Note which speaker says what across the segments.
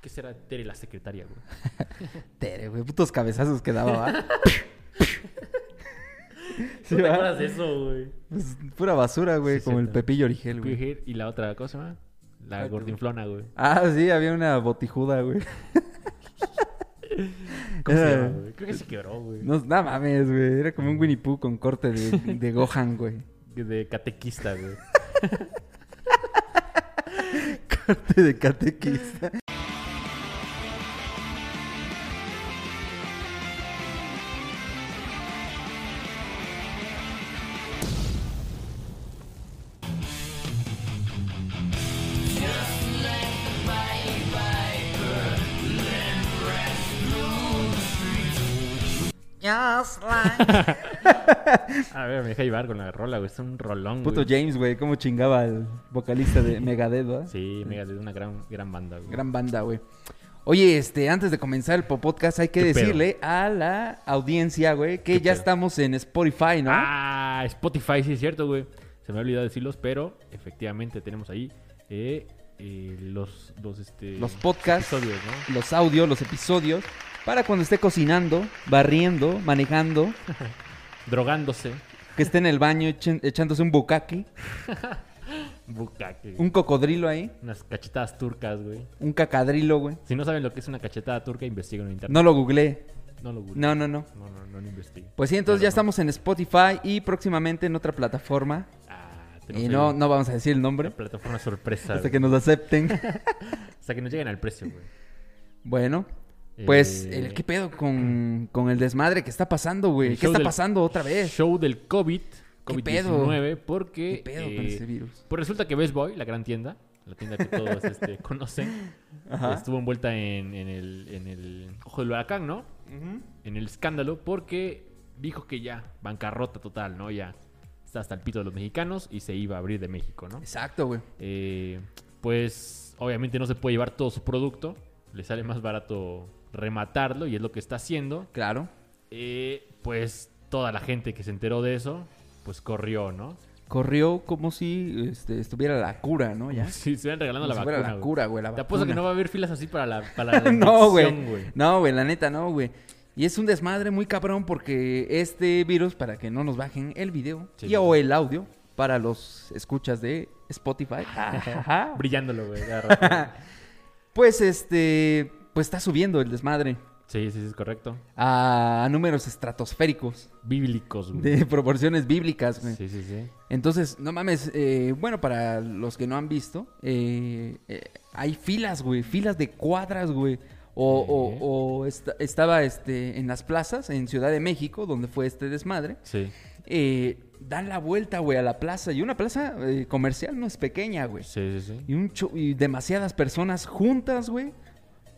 Speaker 1: ¿Qué será Tere la secretaria, güey?
Speaker 2: Tere, güey, putos cabezazos que daba, ¿va? Sí,
Speaker 1: ¿No te
Speaker 2: ¿va?
Speaker 1: acuerdas de eso, güey?
Speaker 2: Pues, pura basura, güey,
Speaker 1: Sí,
Speaker 2: como el
Speaker 1: cierto.
Speaker 2: Pepillo Origel, güey.
Speaker 1: Pujir Y la otra cosa, ¿no? La
Speaker 2: Ah, tú.
Speaker 1: gordinflona, güey.
Speaker 2: Ah, sí, había una botijuda, güey.
Speaker 1: ¿Cómo se
Speaker 2: Era-
Speaker 1: llama, güey? Creo que se quebró, güey.
Speaker 2: Eh. No, nada mames, güey. Era como un Winnie Pooh con corte de, de Gohan, güey.
Speaker 1: De catequista, güey.
Speaker 2: Corte de catequista.
Speaker 1: A ver, me deja llevar con la rola, güey. Es un rolón,
Speaker 2: Puto
Speaker 1: güey.
Speaker 2: James, güey, cómo chingaba el vocalista de Megadeth, ¿verdad?
Speaker 1: Sí, mega, es una gran, gran banda, güey.
Speaker 2: Gran banda, güey. Oye, este, antes de comenzar el po- podcast, hay que
Speaker 1: ¿Qué pedo?
Speaker 2: decirle a la audiencia, güey, que
Speaker 1: ¿Qué
Speaker 2: ya
Speaker 1: pedo?
Speaker 2: estamos en Spotify, ¿no?
Speaker 1: Ah, Spotify, sí es cierto, güey. Se me ha olvidado decirlos, pero efectivamente tenemos ahí eh, eh, los, los, este,
Speaker 2: Los podcasts.
Speaker 1: episodios, ¿no?
Speaker 2: los audios, los episodios, para cuando esté cocinando, barriendo, manejando,
Speaker 1: Drogándose.
Speaker 2: que esté en el baño echen- echándose un bucaque,
Speaker 1: Bucaque.
Speaker 2: un cocodrilo ahí,
Speaker 1: Unas cachetadas turcas, güey.
Speaker 2: un cacadrilo, güey.
Speaker 1: Si no saben lo que es una cachetada turca, investiguen en internet.
Speaker 2: No lo googleé.
Speaker 1: No, lo googleen.
Speaker 2: No, no, no.
Speaker 1: No, no, no lo investiguen.
Speaker 2: Pues sí, entonces ya estamos en Spotify y próximamente en otra plataforma.
Speaker 1: Ah,
Speaker 2: Y
Speaker 1: tenemos ahí
Speaker 2: no,
Speaker 1: una
Speaker 2: no vamos a decir el nombre
Speaker 1: plataforma sorpresa.
Speaker 2: hasta
Speaker 1: güey.
Speaker 2: que nos acepten.
Speaker 1: Hasta que nos lleguen al precio, güey.
Speaker 2: Bueno, pues,
Speaker 1: Eh,
Speaker 2: el, ¿qué pedo con, con el desmadre que está pasando, güey?
Speaker 1: el
Speaker 2: ¿Qué
Speaker 1: show
Speaker 2: está
Speaker 1: del-
Speaker 2: pasando otra vez?
Speaker 1: Show del COVID.
Speaker 2: Eh. ¿Qué pedo?
Speaker 1: COVID-19, porque...
Speaker 2: ¿Qué pedo con
Speaker 1: eh,
Speaker 2: ese virus?
Speaker 1: Pues resulta que Best Boy, la gran tienda, la tienda que todos este, conocen,
Speaker 2: Ajá.
Speaker 1: estuvo envuelta en, en el, en el ojo del huracán, ¿no? En el escándalo, porque dijo que ya, bancarrota total, ¿no? Ya está hasta el pito de los mexicanos y se iba a abrir de México, ¿no?
Speaker 2: Exacto, güey.
Speaker 1: Eh, pues obviamente no se puede llevar todo su producto, le sale más barato rematarlo y es lo que está haciendo.
Speaker 2: Claro.
Speaker 1: Eh, pues toda la gente que se enteró de eso, pues corrió, ¿no?
Speaker 2: Corrió como si este, estuviera la cura, ¿no? Ya.
Speaker 1: Sí, se van regalando la
Speaker 2: Como si
Speaker 1: vacuna.
Speaker 2: fuera la
Speaker 1: güey.
Speaker 2: cura, güey, la
Speaker 1: Te apuesto que
Speaker 2: vacuna.
Speaker 1: no va a haber filas así para la, para la
Speaker 2: no, güey.
Speaker 1: inyección,
Speaker 2: No, güey, la neta, no, güey. Y es un desmadre muy cabrón porque este virus, para que no nos bajen el video
Speaker 1: Sí,
Speaker 2: y
Speaker 1: sí.
Speaker 2: o el audio para los escuchas de Spotify, ajá,
Speaker 1: Brillándolo, güey. cada rato, güey.
Speaker 2: pues este, pues está subiendo el desmadre
Speaker 1: sí, sí, sí, es correcto.
Speaker 2: a números estratosféricos
Speaker 1: Bíblicos, güey.
Speaker 2: de proporciones bíblicas, güey.
Speaker 1: Sí, sí, sí.
Speaker 2: Entonces, no mames, eh, bueno, para los que no han visto, eh, eh, hay filas, güey, filas de cuadras, güey. O,
Speaker 1: Sí.
Speaker 2: o- o esta- estaba este, en las plazas, en Ciudad de México, donde fue este desmadre.
Speaker 1: Sí,
Speaker 2: eh, dan la vuelta, güey, a la plaza. Y una plaza eh, comercial no es pequeña, güey.
Speaker 1: sí, sí. sí.
Speaker 2: Y, un cho- y demasiadas personas juntas, güey.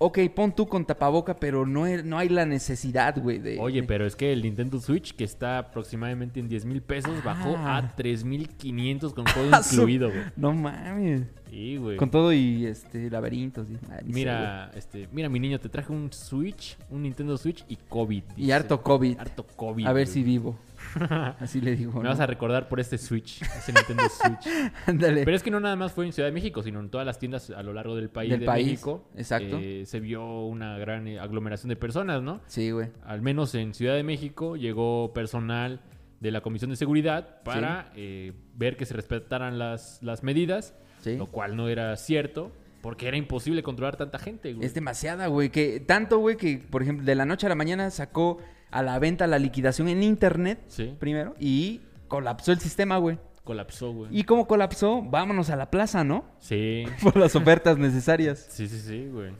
Speaker 2: Ok, pon tú con tapaboca, pero no, he- no hay la necesidad, güey. De,
Speaker 1: Oye,
Speaker 2: de-
Speaker 1: pero es que el Nintendo Switch, que está aproximadamente en 10 mil pesos, bajó
Speaker 2: Ah.
Speaker 1: a 3.500 con todo
Speaker 2: Ah, su-
Speaker 1: incluido, güey.
Speaker 2: No mames.
Speaker 1: Sí, güey.
Speaker 2: Con todo y este laberintos. y- ay, ni sé, güey.
Speaker 1: Mira, este, mira, mi niño, te traje un Switch, un Nintendo Switch y COVID.
Speaker 2: Y
Speaker 1: dice.
Speaker 2: harto COVID.
Speaker 1: Harto COVID.
Speaker 2: A ver
Speaker 1: güey.
Speaker 2: si vivo. Así le digo.
Speaker 1: Me
Speaker 2: ¿no?
Speaker 1: vas a recordar por este Switch, ese Nintendo Switch.
Speaker 2: Ándale.
Speaker 1: Pero es que no nada más fue en Ciudad de México, sino en todas las tiendas a lo largo del país
Speaker 2: Del
Speaker 1: de
Speaker 2: país,
Speaker 1: México.
Speaker 2: exacto.
Speaker 1: eh, se vio una gran eh, aglomeración de personas, ¿no?
Speaker 2: Sí, güey.
Speaker 1: Al menos en Ciudad de México llegó personal de la Comisión de Seguridad para eh, ver que se respetaran las, las medidas,
Speaker 2: Sí.
Speaker 1: lo cual no era cierto, porque era imposible controlar tanta gente, güey.
Speaker 2: Es demasiada, güey. Que tanto, güey, que por ejemplo, de la noche a la mañana sacó a la venta la liquidación en internet
Speaker 1: Sí,
Speaker 2: primero y colapsó el sistema, güey.
Speaker 1: colapsó, güey.
Speaker 2: Y como colapsó, vámonos a la plaza, ¿no?
Speaker 1: Sí,
Speaker 2: Por las ofertas necesarias.
Speaker 1: sí, sí, sí, güey.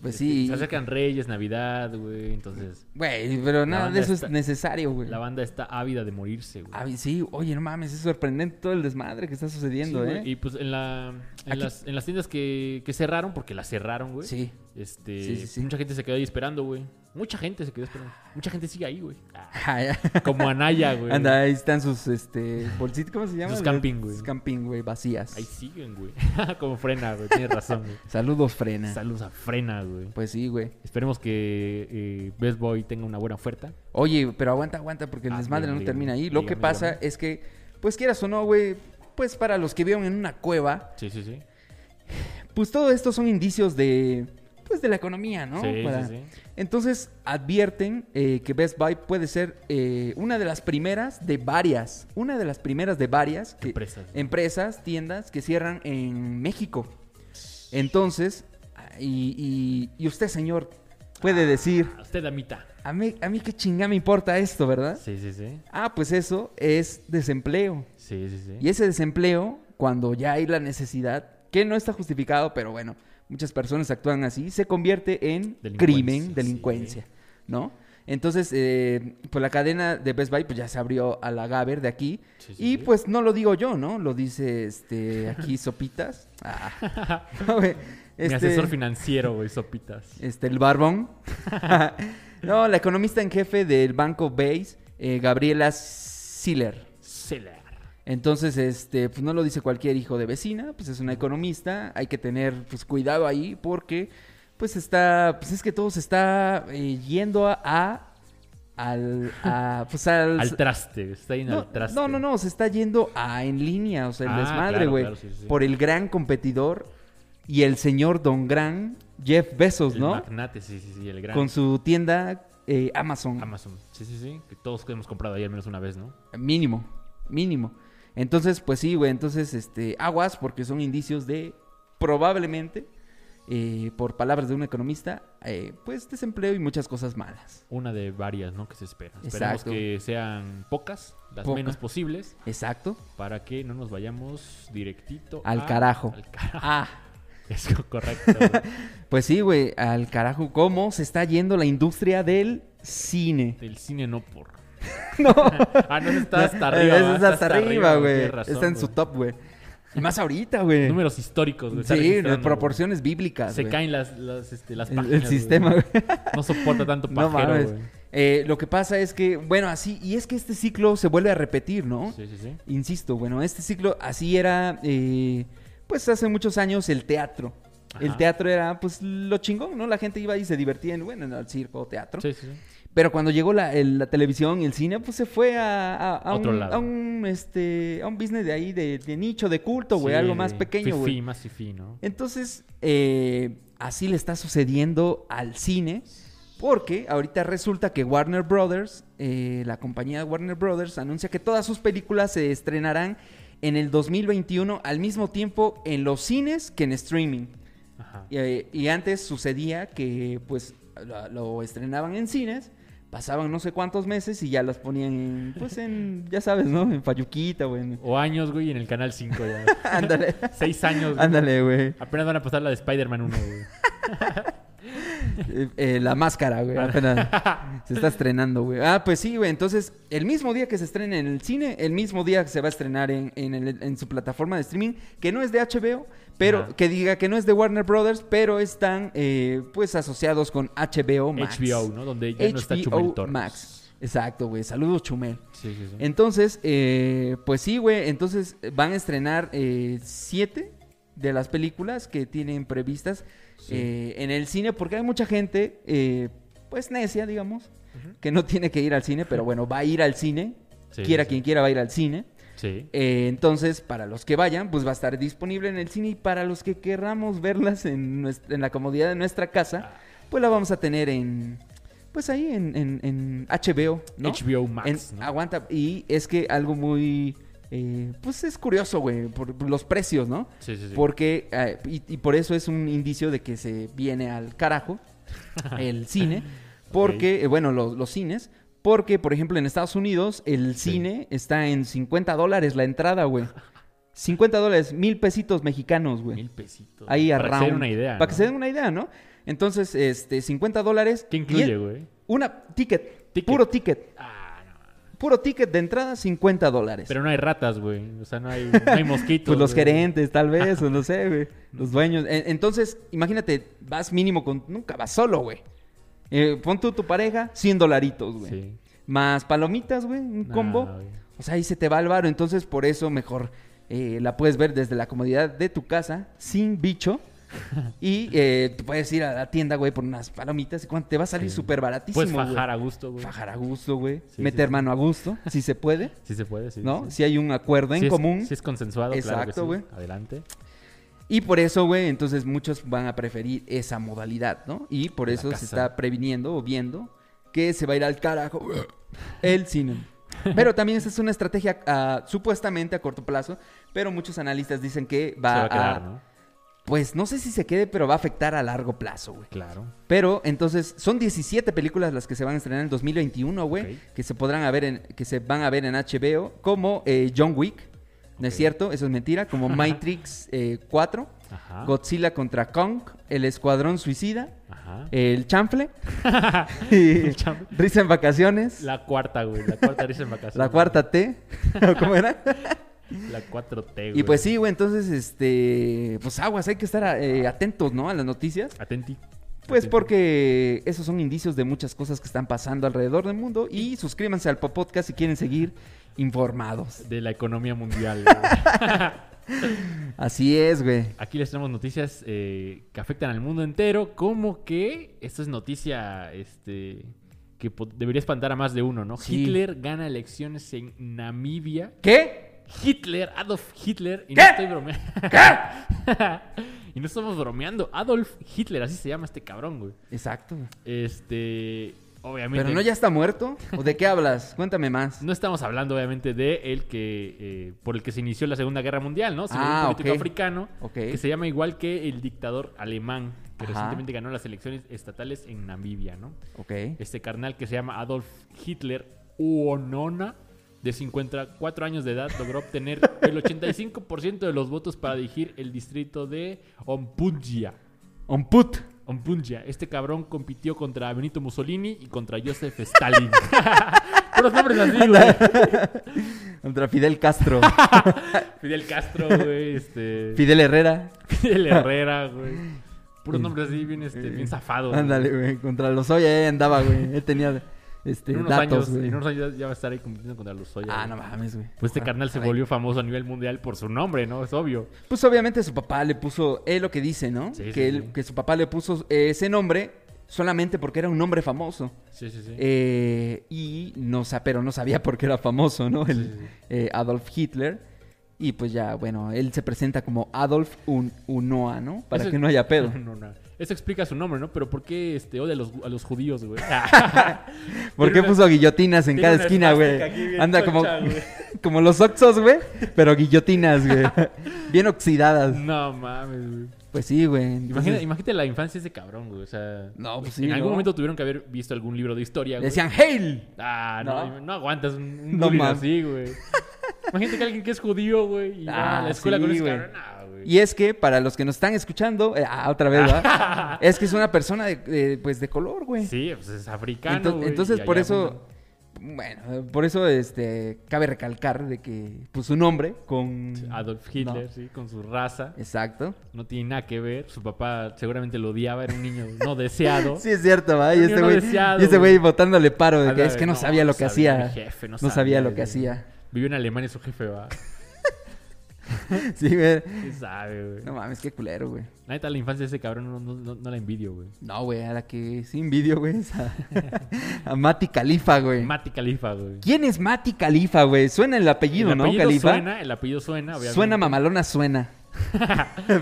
Speaker 2: Pues
Speaker 1: Es
Speaker 2: sí.
Speaker 1: que Se acercan Reyes, Navidad, güey, entonces
Speaker 2: Güey, pero nada
Speaker 1: banda
Speaker 2: de eso
Speaker 1: está-
Speaker 2: es necesario, güey.
Speaker 1: la banda está ávida de morirse, güey.
Speaker 2: Ah, sí, oye, no mames, es sorprendente todo el desmadre que está sucediendo,
Speaker 1: Sí,
Speaker 2: ¿eh?
Speaker 1: güey, Y pues en, la, en
Speaker 2: Aquí-
Speaker 1: las, en las tiendas que, que cerraron, porque las cerraron, güey.
Speaker 2: Sí.
Speaker 1: Este,
Speaker 2: Sí, sí, sí.
Speaker 1: Mucha gente se quedó ahí esperando, güey. Mucha gente se quedó esperando. Mucha gente sigue ahí, güey. Ah,
Speaker 2: Ay,
Speaker 1: Como Anaya, güey.
Speaker 2: Anda, ahí están sus, este, bolsitas, ¿cómo se llaman?
Speaker 1: Sus camping, güey.
Speaker 2: Sus camping, güey, vacías.
Speaker 1: Ahí siguen, güey. Como frena, güey. Tienes razón, güey.
Speaker 2: Saludos, frena.
Speaker 1: Saludos a frena, güey.
Speaker 2: pues sí, güey.
Speaker 1: Esperemos que eh, Best Boy tenga una buena oferta.
Speaker 2: Oye, pero aguanta, aguanta, porque el
Speaker 1: Ah,
Speaker 2: desmadre
Speaker 1: dígame,
Speaker 2: no termina ahí.
Speaker 1: dígame,
Speaker 2: Lo que
Speaker 1: dígame,
Speaker 2: pasa
Speaker 1: dígame.
Speaker 2: es que, pues quieras o no, güey, pues para los que vieron en una cueva,
Speaker 1: Sí, sí, sí.
Speaker 2: pues todo esto son indicios de pues de la economía, ¿no?
Speaker 1: Sí,
Speaker 2: Para-
Speaker 1: sí, sí.
Speaker 2: Entonces advierten eh, que Best Buy puede ser eh, una de las primeras de varias, una de las primeras de varias que-
Speaker 1: Empresas.
Speaker 2: empresas, tiendas que cierran en México. Entonces, y, y- y usted señor puede decir,
Speaker 1: A usted la mitad.
Speaker 2: Ah, a mí, a mí qué chinga me importa esto, ¿verdad?
Speaker 1: Sí, sí, sí.
Speaker 2: Ah, pues eso es desempleo.
Speaker 1: Sí, sí, sí.
Speaker 2: Y ese desempleo, cuando ya hay la necesidad, que no está justificado, pero bueno, muchas personas actúan así, se convierte en
Speaker 1: Delincuencia, sí.
Speaker 2: crimen, delincuencia, ¿no? Entonces, eh, pues la cadena de Best Buy pues ya se abrió a la Gaber de aquí.
Speaker 1: Sí, sí,
Speaker 2: y
Speaker 1: sí.
Speaker 2: pues no lo digo yo, ¿no? Lo dice este aquí Sopitas. Ah, no, güey,
Speaker 1: Mi
Speaker 2: este-
Speaker 1: asesor financiero, güey, sopitas.
Speaker 2: este, el barbón. no, la economista en jefe del banco Base, eh, Gabriela Siller.
Speaker 1: Seller.
Speaker 2: Entonces, este, pues no lo dice cualquier hijo de vecina, pues es una economista, hay que tener pues cuidado ahí porque pues está, pues es que todo se está eh, yendo a, a- al, a, pues al...
Speaker 1: Al traste, está ahí en
Speaker 2: no,
Speaker 1: al traste.
Speaker 2: no, no, no, se está yendo a en línea, o sea, el
Speaker 1: Ah,
Speaker 2: desmadre,
Speaker 1: claro,
Speaker 2: güey,
Speaker 1: claro, sí, sí, sí.
Speaker 2: por el gran competidor y el señor Don Gran, Jeff Bezos,
Speaker 1: El
Speaker 2: ¿no?
Speaker 1: magnate, sí, sí, sí, el gran
Speaker 2: Con su tienda eh, Amazon.
Speaker 1: Amazon. Sí, sí, sí. Que todos que hemos comprado ahí al menos una vez, ¿no?
Speaker 2: Mínimo, mínimo. Entonces, pues sí, güey, entonces, este, aguas, porque son indicios de, probablemente, eh, por palabras de un economista, eh, pues desempleo y muchas cosas malas.
Speaker 1: Una de varias, ¿no? Que se espera. Esperemos
Speaker 2: Exacto.
Speaker 1: que sean pocas, las
Speaker 2: Poca.
Speaker 1: menos posibles,
Speaker 2: Exacto.
Speaker 1: para que no nos vayamos directito
Speaker 2: Al
Speaker 1: a-
Speaker 2: carajo.
Speaker 1: Al carajo.
Speaker 2: Ah,
Speaker 1: Es correcto. güey.
Speaker 2: pues sí, güey, al carajo, ¿cómo se está yendo la industria del cine?
Speaker 1: Del cine no por.
Speaker 2: No.
Speaker 1: Ah, no, eso está hasta arriba.
Speaker 2: Eso
Speaker 1: va,
Speaker 2: está hasta arriba,
Speaker 1: güey,
Speaker 2: güey.
Speaker 1: tienes razón,
Speaker 2: Está en su
Speaker 1: güey.
Speaker 2: top, güey. Y más ahorita, güey.
Speaker 1: Números históricos, güey. está
Speaker 2: Sí,
Speaker 1: registrando,
Speaker 2: proporciones
Speaker 1: güey.
Speaker 2: bíblicas,
Speaker 1: Se
Speaker 2: güey.
Speaker 1: caen las, las, este, las
Speaker 2: El-
Speaker 1: páginas.
Speaker 2: el
Speaker 1: güey.
Speaker 2: sistema, güey.
Speaker 1: No soporta tanto
Speaker 2: No
Speaker 1: pajero,
Speaker 2: mames.
Speaker 1: güey.
Speaker 2: Eh, lo que pasa es que, bueno, así, y es que este ciclo se vuelve a repetir, ¿no?
Speaker 1: Sí, sí, sí.
Speaker 2: Insisto, bueno, este ciclo así era, eh, pues hace muchos años el teatro. El
Speaker 1: Ajá.
Speaker 2: teatro era, pues, lo chingón, ¿no? La gente iba y se divertía, en, bueno, en el circo, teatro.
Speaker 1: Sí, sí, sí.
Speaker 2: Pero cuando llegó la, el- la televisión y el cine, pues se fue a, a- a
Speaker 1: Otro
Speaker 2: un,
Speaker 1: lado.
Speaker 2: a un, este, a un business de ahí, de, de nicho, de culto, güey,
Speaker 1: Sí,
Speaker 2: algo más
Speaker 1: de
Speaker 2: pequeño,
Speaker 1: fifí,
Speaker 2: güey.
Speaker 1: más fifí, ¿no?
Speaker 2: Entonces, eh, así le está sucediendo al cine, porque ahorita resulta que Warner Brothers, eh, la compañía Warner Brothers, anuncia que todas sus películas se estrenarán en el 2021 al mismo tiempo en los cines que en streaming.
Speaker 1: Ajá.
Speaker 2: Y, eh, y antes sucedía que pues lo, lo estrenaban en cines, pasaban no sé cuántos meses y ya las ponían en, pues en, ya sabes, ¿no? En Fayuquita o en...
Speaker 1: O años, güey, en el canal 5 ya.
Speaker 2: Ándale,
Speaker 1: Seis años. güey.
Speaker 2: ándale, güey.
Speaker 1: Apenas van a pasar la de Spider-Man 1, güey.
Speaker 2: Eh, eh, la máscara, güey. apenas se está estrenando, güey. Ah, pues sí, güey. Entonces, el mismo día que se estrena en el cine, el mismo día que se va a estrenar en, en el- en su plataforma de streaming, que no es de HBO, pero
Speaker 1: Ajá.
Speaker 2: que diga que no es de Warner Brothers, pero están eh, pues asociados con HBO Oh, Max.
Speaker 1: HBO, ¿no? Donde ya no está
Speaker 2: HBO
Speaker 1: Chumel Torres.
Speaker 2: Max. Exacto, güey. Saludos, Chumel.
Speaker 1: Sí, sí, sí.
Speaker 2: Entonces, eh, pues sí, güey. Entonces eh, van a estrenar eh, siete de las películas que tienen previstas
Speaker 1: Sí.
Speaker 2: eh, en el cine, porque hay mucha gente, eh, pues necia, digamos,
Speaker 1: Ujú.
Speaker 2: que no tiene que ir al cine, pero bueno, va a ir al cine.
Speaker 1: Sí,
Speaker 2: quiera
Speaker 1: sí.
Speaker 2: quien quiera, va a ir al cine.
Speaker 1: Sí.
Speaker 2: Eh, entonces, para los que vayan, pues va a estar disponible en el cine y para los que querramos verlas en, nuestra- en la comodidad de nuestra casa,
Speaker 1: Ah.
Speaker 2: pues la vamos a tener en, pues ahí en, en- en HBO, ¿no?
Speaker 1: HBO Max.
Speaker 2: En-
Speaker 1: ¿no?
Speaker 2: Aguanta, y es que algo muy... eh, pues es curioso, güey, por, por los precios, ¿no?
Speaker 1: Sí, sí, sí.
Speaker 2: Porque, eh, y, y por eso es un indicio de que se viene al carajo el cine, porque, eh, bueno, los, los cines, porque, por ejemplo, en Estados Unidos el
Speaker 1: Sí.
Speaker 2: cine está en 50 dólares la entrada, güey. 50 dólares, mil pesitos mexicanos, güey.
Speaker 1: Mil pesitos.
Speaker 2: Ahí
Speaker 1: Para que se den
Speaker 2: around.
Speaker 1: una idea.
Speaker 2: Para que
Speaker 1: ¿no?
Speaker 2: se den una idea, ¿no? Entonces, este, 50 dólares.
Speaker 1: ¿Qué
Speaker 2: y
Speaker 1: incluye,
Speaker 2: el-
Speaker 1: güey?
Speaker 2: Una ticket,
Speaker 1: Ticket.
Speaker 2: puro ticket.
Speaker 1: Ah, no.
Speaker 2: Puro ticket de entrada, 50 dólares.
Speaker 1: Pero no hay ratas, güey. O sea, no hay, no hay mosquitos.
Speaker 2: Pues los
Speaker 1: güey.
Speaker 2: gerentes, tal vez, o no sé, güey. Los dueños. E- Entonces, imagínate, vas mínimo con. Nunca vas solo, güey. Eh, pon tú tu pareja, 100 dolaritos, güey.
Speaker 1: Sí.
Speaker 2: Más palomitas, güey, un
Speaker 1: Nah,
Speaker 2: combo.
Speaker 1: güey.
Speaker 2: O sea, ahí se te va el varo. Entonces, por eso mejor eh, la puedes ver desde la comodidad de tu casa, sin bicho. Y eh, tú puedes ir a la tienda, güey, por unas palomitas. ¿Y cuánto te va a salir
Speaker 1: Sí.
Speaker 2: súper baratísimo,
Speaker 1: Puedes
Speaker 2: güey?
Speaker 1: fajar a gusto, güey.
Speaker 2: Fajar a gusto, güey.
Speaker 1: Sí,
Speaker 2: Meter
Speaker 1: sí, sí.
Speaker 2: mano a gusto, si se puede,
Speaker 1: Sí se puede, sí.
Speaker 2: ¿no?
Speaker 1: sí.
Speaker 2: Si hay un acuerdo en
Speaker 1: Si es-
Speaker 2: común.
Speaker 1: Si es consensuado, claro que
Speaker 2: Exacto,
Speaker 1: sí.
Speaker 2: güey.
Speaker 1: Adelante.
Speaker 2: Y por eso, güey, entonces muchos van a preferir esa modalidad, ¿no? Y por
Speaker 1: La
Speaker 2: eso se
Speaker 1: casa.
Speaker 2: está previniendo o viendo que se va a ir al carajo el cine. Pero también esa es una estrategia ah, supuestamente a corto plazo, pero muchos analistas dicen que va,
Speaker 1: se va a quedar,
Speaker 2: a-
Speaker 1: ¿no?
Speaker 2: Pues no sé si se quede, pero va a afectar a largo plazo, güey.
Speaker 1: Claro.
Speaker 2: Pero entonces son 17 películas las que se van a estrenar en el 2021, güey,
Speaker 1: Ok.
Speaker 2: que se podrán a ver en que se van a ver en HBO, como eh, John Wick, no es
Speaker 1: Ok.
Speaker 2: cierto, eso es mentira, como Matrix eh, 4,
Speaker 1: Ajá.
Speaker 2: Godzilla contra Kong, El Escuadrón Suicida,
Speaker 1: Ajá.
Speaker 2: El Chanfle, y
Speaker 1: Chanfle.
Speaker 2: Risa en Vacaciones, la,
Speaker 1: La cuarta, güey. La cuarta risa en vacaciones.
Speaker 2: Cuarta T, ¿o ¿cómo era?
Speaker 1: La 4T, güey.
Speaker 2: y pues sí, güey, entonces, este, pues aguas, hay que estar eh, atentos, ¿no? A las noticias.
Speaker 1: Atenti.
Speaker 2: Pues
Speaker 1: Atenti.
Speaker 2: porque esos son indicios de muchas cosas que están pasando alrededor del mundo y suscríbanse al podcast si quieren seguir informados.
Speaker 1: De la economía mundial, güey.
Speaker 2: Así es, güey.
Speaker 1: Aquí les tenemos noticias eh, que afectan al mundo entero. Como que esto es noticia este, que po- debería espantar a más de uno, ¿no?
Speaker 2: Sí.
Speaker 1: Hitler gana elecciones en Namibia.
Speaker 2: ¿Qué?
Speaker 1: Hitler, Adolf Hitler, y
Speaker 2: ¿Qué?
Speaker 1: no estoy bromeando. y no estamos bromeando. Adolf Hitler, así se llama este cabrón, güey.
Speaker 2: Exacto. güey.
Speaker 1: Este, obviamente.
Speaker 2: ¿Pero no ya está muerto? ¿O de qué hablas? Cuéntame más.
Speaker 1: no estamos hablando, obviamente, de el que. eh, por el que se inició la Segunda Guerra Mundial, ¿no? Sino
Speaker 2: Ah,
Speaker 1: un político
Speaker 2: ok.
Speaker 1: africano.
Speaker 2: Ok.
Speaker 1: Que se llama igual que el dictador alemán. Que
Speaker 2: Ajá.
Speaker 1: recientemente ganó las elecciones estatales en Namibia, ¿no?
Speaker 2: Ok.
Speaker 1: Este carnal que se llama Adolf Hitler Uonona, de 54 años de edad, logró obtener el 85% de los votos para dirigir el distrito de Ompungia.
Speaker 2: On put.
Speaker 1: Ompungia. Este cabrón compitió contra Benito Mussolini y contra Joseph Stalin. Puros nombres así, güey.
Speaker 2: Contra Fidel Castro.
Speaker 1: Fidel Castro, güey. Este...
Speaker 2: Fidel Herrera.
Speaker 1: Fidel Herrera, güey. Puros nombres así, bien, este, bien zafados. güey.
Speaker 2: Ándale, güey. Contra los Oya ya andaba, güey. Él tenía este,
Speaker 1: En unos,
Speaker 2: datos,
Speaker 1: años,
Speaker 2: güey.
Speaker 1: en unos años ya va a estar ahí compitiendo contra los Soya.
Speaker 2: Ah,
Speaker 1: güey.
Speaker 2: no mames, güey.
Speaker 1: Pues este
Speaker 2: Ojalá.
Speaker 1: carnal se
Speaker 2: Ojalá.
Speaker 1: volvió famoso a nivel mundial por su nombre, ¿no? Es obvio.
Speaker 2: Pues obviamente su papá le puso, él lo que dice, ¿no?
Speaker 1: Sí,
Speaker 2: que,
Speaker 1: sí,
Speaker 2: él-
Speaker 1: sí.
Speaker 2: que su papá le puso eh, ese nombre solamente porque era un nombre famoso.
Speaker 1: Sí, sí, sí.
Speaker 2: Eh, y no sa- pero no sabía por qué era famoso, ¿no? El
Speaker 1: Sí, sí, sí.
Speaker 2: eh, Adolf Hitler. Y pues ya, bueno, él se presenta como Adolf Un- Unoa, ¿no? Para
Speaker 1: Eso-
Speaker 2: que no haya pedo.
Speaker 1: No, no. Eso explica su nombre, ¿no? Pero ¿por qué este, odia a los, a los judíos, güey?
Speaker 2: ¿Por qué
Speaker 1: Tiene una-
Speaker 2: puso guillotinas en
Speaker 1: tiene
Speaker 2: cada
Speaker 1: una
Speaker 2: esquina, güey?
Speaker 1: esvástica aquí bien
Speaker 2: Anda como,
Speaker 1: choncha, güey.
Speaker 2: como los Oxos, güey, pero guillotinas, güey. Bien oxidadas.
Speaker 1: no mames, güey.
Speaker 2: Pues sí, güey.
Speaker 1: Imagina-
Speaker 2: entonces-
Speaker 1: Imagínate la infancia de ese cabrón, güey. O sea,
Speaker 2: No, pues sí,
Speaker 1: en algún
Speaker 2: ¿no?
Speaker 1: momento tuvieron que haber visto algún libro de historia,
Speaker 2: Le
Speaker 1: güey.
Speaker 2: decían, ¡Hail!
Speaker 1: Ah, no,
Speaker 2: No.
Speaker 1: no, aguantas un, un
Speaker 2: No
Speaker 1: bullying
Speaker 2: mames.
Speaker 1: así, güey. Imagínate que alguien que es judío, güey, y va a
Speaker 2: Ah,
Speaker 1: la escuela
Speaker 2: sí,
Speaker 1: con ese
Speaker 2: güey.
Speaker 1: cabrón. No, güey.
Speaker 2: Y es que para los que nos están escuchando, eh, ah, otra vez, ¿verdad? es que es una persona de, de, pues de color, güey.
Speaker 1: Sí, pues es africano,
Speaker 2: Ento-
Speaker 1: güey,
Speaker 2: entonces
Speaker 1: y
Speaker 2: por
Speaker 1: allá
Speaker 2: eso,
Speaker 1: abundan.
Speaker 2: bueno, eh, por eso este cabe recalcar de que pues su nombre con
Speaker 1: Adolf Hitler,
Speaker 2: No,
Speaker 1: sí, con su raza.
Speaker 2: exacto.
Speaker 1: No tiene nada que ver. Su papá seguramente lo odiaba, era un niño no deseado.
Speaker 2: Sí es cierto, ¿va? Y
Speaker 1: Un
Speaker 2: este
Speaker 1: niño
Speaker 2: güey
Speaker 1: deseado,
Speaker 2: y este güey
Speaker 1: güey.
Speaker 2: botándole paro de
Speaker 1: Ah,
Speaker 2: que
Speaker 1: la
Speaker 2: es
Speaker 1: de-
Speaker 2: que no, sabía lo que
Speaker 1: sabía, mi
Speaker 2: hacía.
Speaker 1: jefe,
Speaker 2: no sabía lo que hacía.
Speaker 1: Vivió en Alemania su jefe, va.
Speaker 2: Sí, güey.
Speaker 1: ¿Quién sabe, güey?
Speaker 2: No mames, qué culero, güey.
Speaker 1: La neta, la infancia de ese cabrón no, no- no- no la envidio, güey.
Speaker 2: No, güey, a la que sí envidio, güey, es a, a Mati Califa, güey.
Speaker 1: Mati Califa, güey.
Speaker 2: ¿Quién es Mati Califa, güey? Suena el apellido,
Speaker 1: el
Speaker 2: ¿no?
Speaker 1: apellido
Speaker 2: Califa.
Speaker 1: suena, el apellido suena, Ah, obviamente.
Speaker 2: Suena mamalona, suena.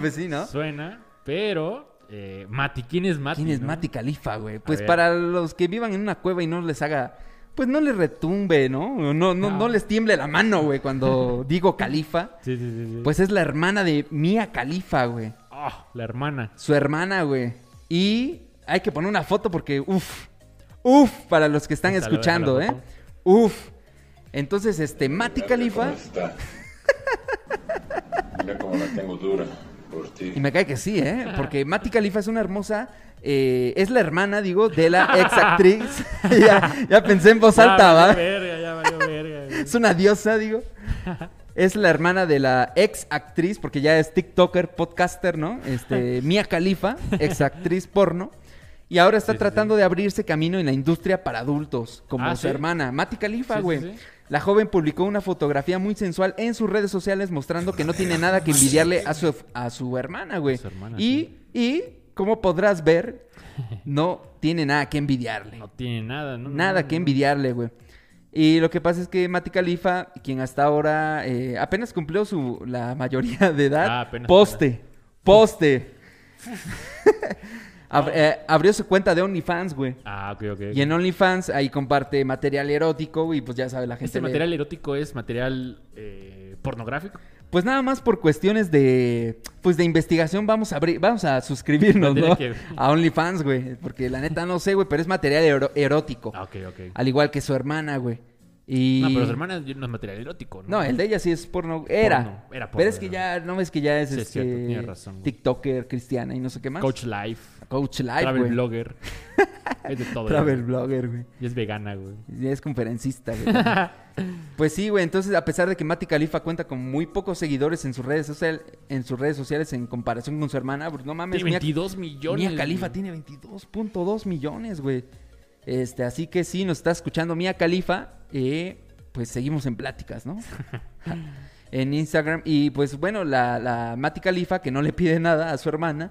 Speaker 2: pues sí, ¿no?
Speaker 1: Suena, pero... eh, Mati, ¿quién es Mati?
Speaker 2: ¿Quién es
Speaker 1: no?
Speaker 2: Mati Califa, güey? Pues
Speaker 1: ver.
Speaker 2: para los que vivan en una cueva y no les haga. Pues no les retumbe, ¿no? No, no, no.
Speaker 1: No.
Speaker 2: les tiemble la mano, güey, cuando digo Califa.
Speaker 1: Sí, sí, sí. sí.
Speaker 2: Pues es la hermana de Mía Califa, güey.
Speaker 1: Ah, la hermana.
Speaker 2: Su hermana, güey. Y hay que poner una foto porque, uff, uff, para los que están
Speaker 1: Ahí está, la-
Speaker 2: escuchando,
Speaker 1: la
Speaker 2: ¿eh?
Speaker 1: foto.
Speaker 2: Uff. Entonces, este, Mati Califa.
Speaker 3: ¿Cómo está? Mira cómo la tengo dura por ti.
Speaker 2: Y me cae que sí, ¿eh? Porque Mati Califa es una hermosa. eh, es la hermana, digo, de la ex actriz. ya, ya pensé en voz alta,
Speaker 1: Ya valió
Speaker 2: ¿va?
Speaker 1: verga, ya valió verga, güey.
Speaker 2: Es una diosa, digo. Es la hermana de la ex actriz, porque ya es TikToker, podcaster, ¿no? Este, Mia Khalifa, ex actriz porno. Y ahora está
Speaker 1: Sí, sí,
Speaker 2: tratando de abrirse camino en la industria para adultos, como
Speaker 1: Ah,
Speaker 2: su
Speaker 1: ¿sí?
Speaker 2: hermana, Mati
Speaker 1: Sí,
Speaker 2: Khalifa,
Speaker 1: sí,
Speaker 2: güey.
Speaker 1: sí.
Speaker 2: La joven publicó una fotografía muy sensual en sus redes sociales mostrando que no tiene nada que envidiarle a su, a su hermana, güey.
Speaker 1: A su hermana,
Speaker 2: Y, y, como podrás ver, no tiene nada que envidiarle.
Speaker 1: No tiene nada, ¿no?
Speaker 2: Nada
Speaker 1: No,
Speaker 2: que
Speaker 1: no.
Speaker 2: envidiarle, güey. Y lo que pasa es que Mati Califa, quien hasta ahora eh, apenas cumplió su, la mayoría de edad,
Speaker 1: Ah, apenas,
Speaker 2: poste. Poste. Ab- eh, abrió su cuenta de OnlyFans, güey.
Speaker 1: Ah, ok, ok.
Speaker 2: Y en OnlyFans ahí comparte material erótico, güey, y pues ya sabe la gente.
Speaker 1: ¿Este
Speaker 2: le-
Speaker 1: material erótico es material eh, pornográfico?
Speaker 2: Pues nada más por cuestiones de pues de investigación vamos a abrir, vamos a suscribirnos,
Speaker 1: Tendría
Speaker 2: ¿no?
Speaker 1: que-
Speaker 2: A OnlyFans, güey, porque la neta no sé, güey, pero es material ero- erótico.
Speaker 1: Ah, ok, ok.
Speaker 2: Oh. Al igual que su hermana, güey. Y
Speaker 1: No, pero su hermana no es material erótico, ¿no?
Speaker 2: No, el de ella sí es porno. Era.
Speaker 1: Porno, era porno,
Speaker 2: Pero es que
Speaker 1: era.
Speaker 2: ya, no ves que ya es,
Speaker 1: Sí, es
Speaker 2: este,
Speaker 1: cierto, tienes razón, güey.
Speaker 2: TikToker, cristiana y no sé qué más.
Speaker 1: Coach Life,
Speaker 2: Coach Live,
Speaker 1: Travel
Speaker 2: güey.
Speaker 1: Blogger. es de todo.
Speaker 2: Travel
Speaker 1: güey.
Speaker 2: blogger, güey.
Speaker 1: Y es vegana, güey.
Speaker 2: Y Es conferencista, güey. también. pues sí, güey. Entonces, a pesar de que Mati Califa cuenta con muy pocos seguidores en sus redes sociales, en sus redes sociales en comparación con su hermana, pues, no mames.
Speaker 1: Tiene 22 millones.
Speaker 2: Mía Califa
Speaker 1: güey.
Speaker 2: tiene 22.2 millones, güey. Este, así que sí, nos está escuchando Mía Califa. eh, pues seguimos en pláticas, ¿no? en Instagram. Y pues bueno, la, la Mati Califa, que no le pide nada a su hermana,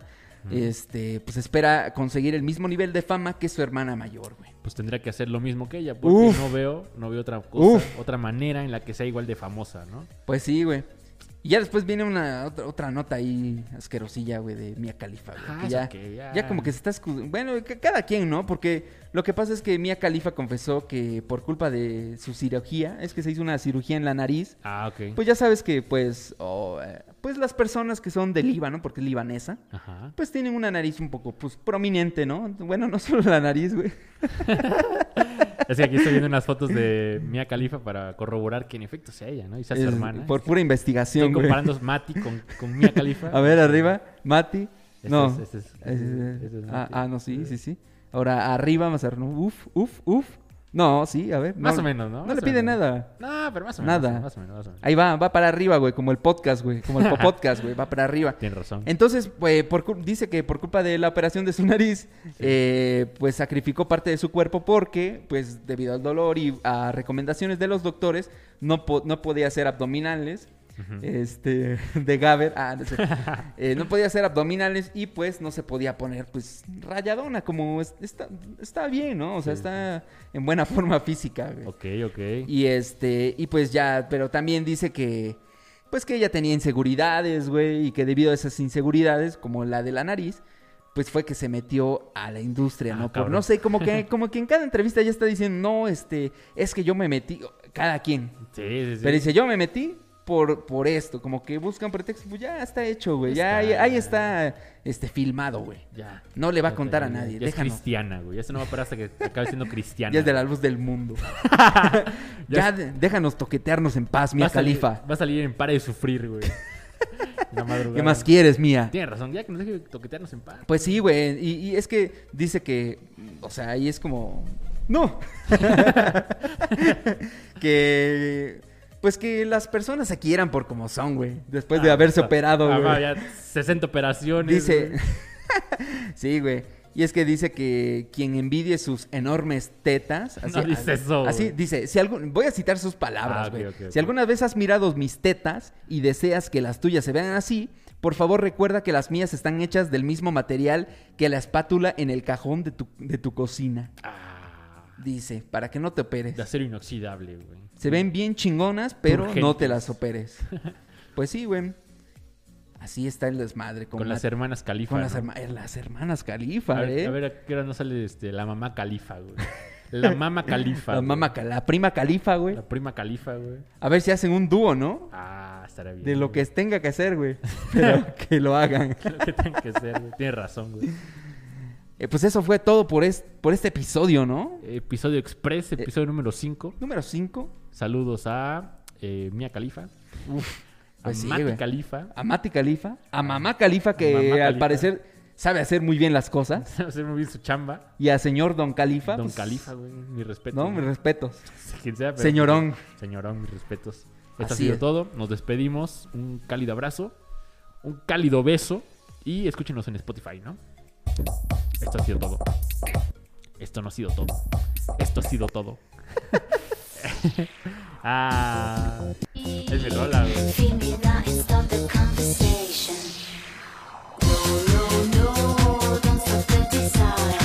Speaker 2: este, pues espera conseguir el mismo nivel de fama que su hermana mayor, güey.
Speaker 1: Pues tendría que hacer lo mismo que ella, porque
Speaker 2: Uf.
Speaker 1: no veo, no veo otra cosa,
Speaker 2: Uf.
Speaker 1: otra manera en la que sea igual de famosa, ¿no?
Speaker 2: Pues sí, güey. Y ya después viene una otra, otra nota ahí asquerosilla, güey, de Mia Khalifa. güey,
Speaker 1: Ah,
Speaker 2: que
Speaker 1: eso
Speaker 2: ya,
Speaker 1: que ya.
Speaker 2: ya como que se está escu- Bueno, que cada quien, ¿no? Porque lo que pasa es que Mia Khalifa confesó que por culpa de su cirugía, es que se hizo una cirugía en la nariz.
Speaker 1: Ah, ok.
Speaker 2: Pues ya sabes que, pues, oh, eh, pues las personas que son de Líbano, porque es libanesa,
Speaker 1: Ajá.
Speaker 2: pues tienen una nariz un poco, pues, prominente, ¿no? Bueno, no solo la nariz, güey.
Speaker 1: Es que aquí estoy viendo unas fotos de Mia Califa para corroborar que en efecto sea ella, ¿no? Y sea su
Speaker 2: Es-
Speaker 1: hermana.
Speaker 2: Por pura investigación,
Speaker 1: Estoy
Speaker 2: güey.
Speaker 1: comparando Mati con, con Mia Califa.
Speaker 2: A ver, arriba, Mati.
Speaker 1: Este
Speaker 2: no.
Speaker 1: es- este es-
Speaker 2: Ese-
Speaker 1: este es- este es
Speaker 2: ah,
Speaker 1: Mati.
Speaker 2: ah, no, sí, sí, sí. Ahora arriba más arriba. Uf, uf, uf. No, sí, a ver. no-
Speaker 1: Más o menos, ¿no?
Speaker 2: No
Speaker 1: Más
Speaker 2: le
Speaker 1: o
Speaker 2: pide
Speaker 1: menos.
Speaker 2: nada.
Speaker 1: No, pero más o menos.
Speaker 2: Nada.
Speaker 1: Más o menos, más o menos.
Speaker 2: Ahí va, va para arriba, güey, como el podcast, güey, como el podcast, güey, va para arriba.
Speaker 1: Tienes razón.
Speaker 2: Entonces, pues, por cul- dice que por culpa de la operación de su nariz, eh, pues sacrificó parte de su cuerpo porque, pues, debido al dolor y a recomendaciones de los doctores, no, po- no podía hacer abdominales, este, de Gaber, ah, no, sé. Eh, no podía hacer abdominales y, pues, no se podía poner, pues, rayadona, como es- está, está bien, ¿no? O sea,
Speaker 1: Sí,
Speaker 2: está en buena forma física, güey.
Speaker 1: Ok, ok.
Speaker 2: Y este, y pues ya, pero también dice que, pues que ella tenía inseguridades, güey, y que debido a esas inseguridades, como la de la nariz, pues fue que se metió a la industria,
Speaker 1: Ah,
Speaker 2: ¿no? Por,
Speaker 1: cabrón.
Speaker 2: no sé, como que, como que en cada entrevista ya está diciendo, no, este, es que yo me metí, cada quien.
Speaker 1: Sí, sí, sí.
Speaker 2: Pero dice, yo me metí por, por esto, como que buscan pretexto, pues ya está hecho, güey, ya
Speaker 1: Está.
Speaker 2: ahí, ahí está, este, filmado, güey.
Speaker 1: Ya.
Speaker 2: No le va a
Speaker 1: Ya
Speaker 2: contar a
Speaker 1: te-
Speaker 2: nadie,
Speaker 1: Ya es
Speaker 2: déjalo.
Speaker 1: cristiana, güey. Ya se no va a parar hasta que acabe siendo cristiana.
Speaker 2: Ya es de la luz del mundo. ya de- déjanos toquetearnos en paz,
Speaker 1: Va
Speaker 2: mía
Speaker 1: a salir-
Speaker 2: califa.
Speaker 1: Va a salir en para de sufrir, güey. La madrugada.
Speaker 2: ¿Qué más quieres, mía?
Speaker 1: Tienes razón, ya que nos deje toquetearnos en paz.
Speaker 2: Pues sí, güey. Y, y es que dice que. O sea, ahí es como. ¡No! que. Pues que las personas se quieran por como son, güey. Después de
Speaker 1: Ah,
Speaker 2: haberse
Speaker 1: ah,
Speaker 2: operado,
Speaker 1: ah,
Speaker 2: güey.
Speaker 1: va, ya 60 operaciones.
Speaker 2: Dice.
Speaker 1: güey.
Speaker 2: sí, güey. Y es que dice que quien envidie sus enormes tetas. Así,
Speaker 1: No dice eso,
Speaker 2: Así
Speaker 1: güey.
Speaker 2: dice. Si algún, voy a citar sus
Speaker 1: Ah,
Speaker 2: palabras,
Speaker 1: ok,
Speaker 2: güey.
Speaker 1: ok, ok.
Speaker 2: Si alguna vez has mirado mis tetas y deseas que las tuyas se vean así, por favor recuerda que las mías están hechas del mismo material que la espátula en el cajón de tu, de tu cocina.
Speaker 1: Ah,
Speaker 2: Dice, para que no te operes.
Speaker 1: de acero inoxidable, güey.
Speaker 2: Se ven bien chingonas, pero no
Speaker 1: Turgentes.
Speaker 2: te las operes. Pues sí, güey. Así está el desmadre.
Speaker 1: Con,
Speaker 2: Con, la
Speaker 1: las hermanas Califa.
Speaker 2: con las,
Speaker 1: ¿no?
Speaker 2: herma- eh, las hermanas
Speaker 1: A
Speaker 2: Califa,
Speaker 1: ver,
Speaker 2: ¿eh?
Speaker 1: a ver a qué hora no sale este, la mamá Califa, güey. La mamá Califa.
Speaker 2: la,
Speaker 1: güey.
Speaker 2: mamá, Ca- la prima Califa, güey.
Speaker 1: La prima Califa, güey.
Speaker 2: A ver si hacen un dúo, ¿no?
Speaker 1: Ah, estará bien.
Speaker 2: De lo que
Speaker 1: güey.
Speaker 2: tenga que hacer, güey. Pero que lo hagan.
Speaker 1: Lo que tenga que ser, güey. Tienes razón, güey.
Speaker 2: Eh, pues eso fue todo por, es- por este episodio, ¿no?
Speaker 1: Episodio Express,
Speaker 2: Eh.
Speaker 1: episodio número 5.
Speaker 2: Número 5.
Speaker 1: Saludos a eh, Mia Califa.
Speaker 2: pues sí,
Speaker 1: a Mati
Speaker 2: güey.
Speaker 1: Califa.
Speaker 2: A Mati Califa. A Mamá Califa, que
Speaker 1: Mamá
Speaker 2: al
Speaker 1: Califa.
Speaker 2: parecer sabe hacer muy bien las cosas.
Speaker 1: Hacer muy bien su chamba.
Speaker 2: Y a señor Don Califa.
Speaker 1: Don
Speaker 2: pues,
Speaker 1: Califa, güey. Mi respeto.
Speaker 2: No, mis respetos.
Speaker 1: Quien sea, pero-
Speaker 2: Señorón.
Speaker 1: Señorón, mis respetos. Esto
Speaker 2: Así
Speaker 1: ha sido
Speaker 2: es.
Speaker 1: todo. Nos despedimos. Un cálido abrazo. Un cálido beso. Y escúchenos en Spotify, ¿no? Esto ha sido todo. Esto no ha sido todo. Esto ha sido todo. ah, es mi rola, güey.
Speaker 4: Finger now and stop the conversation. No, no, no, don't stop the desire.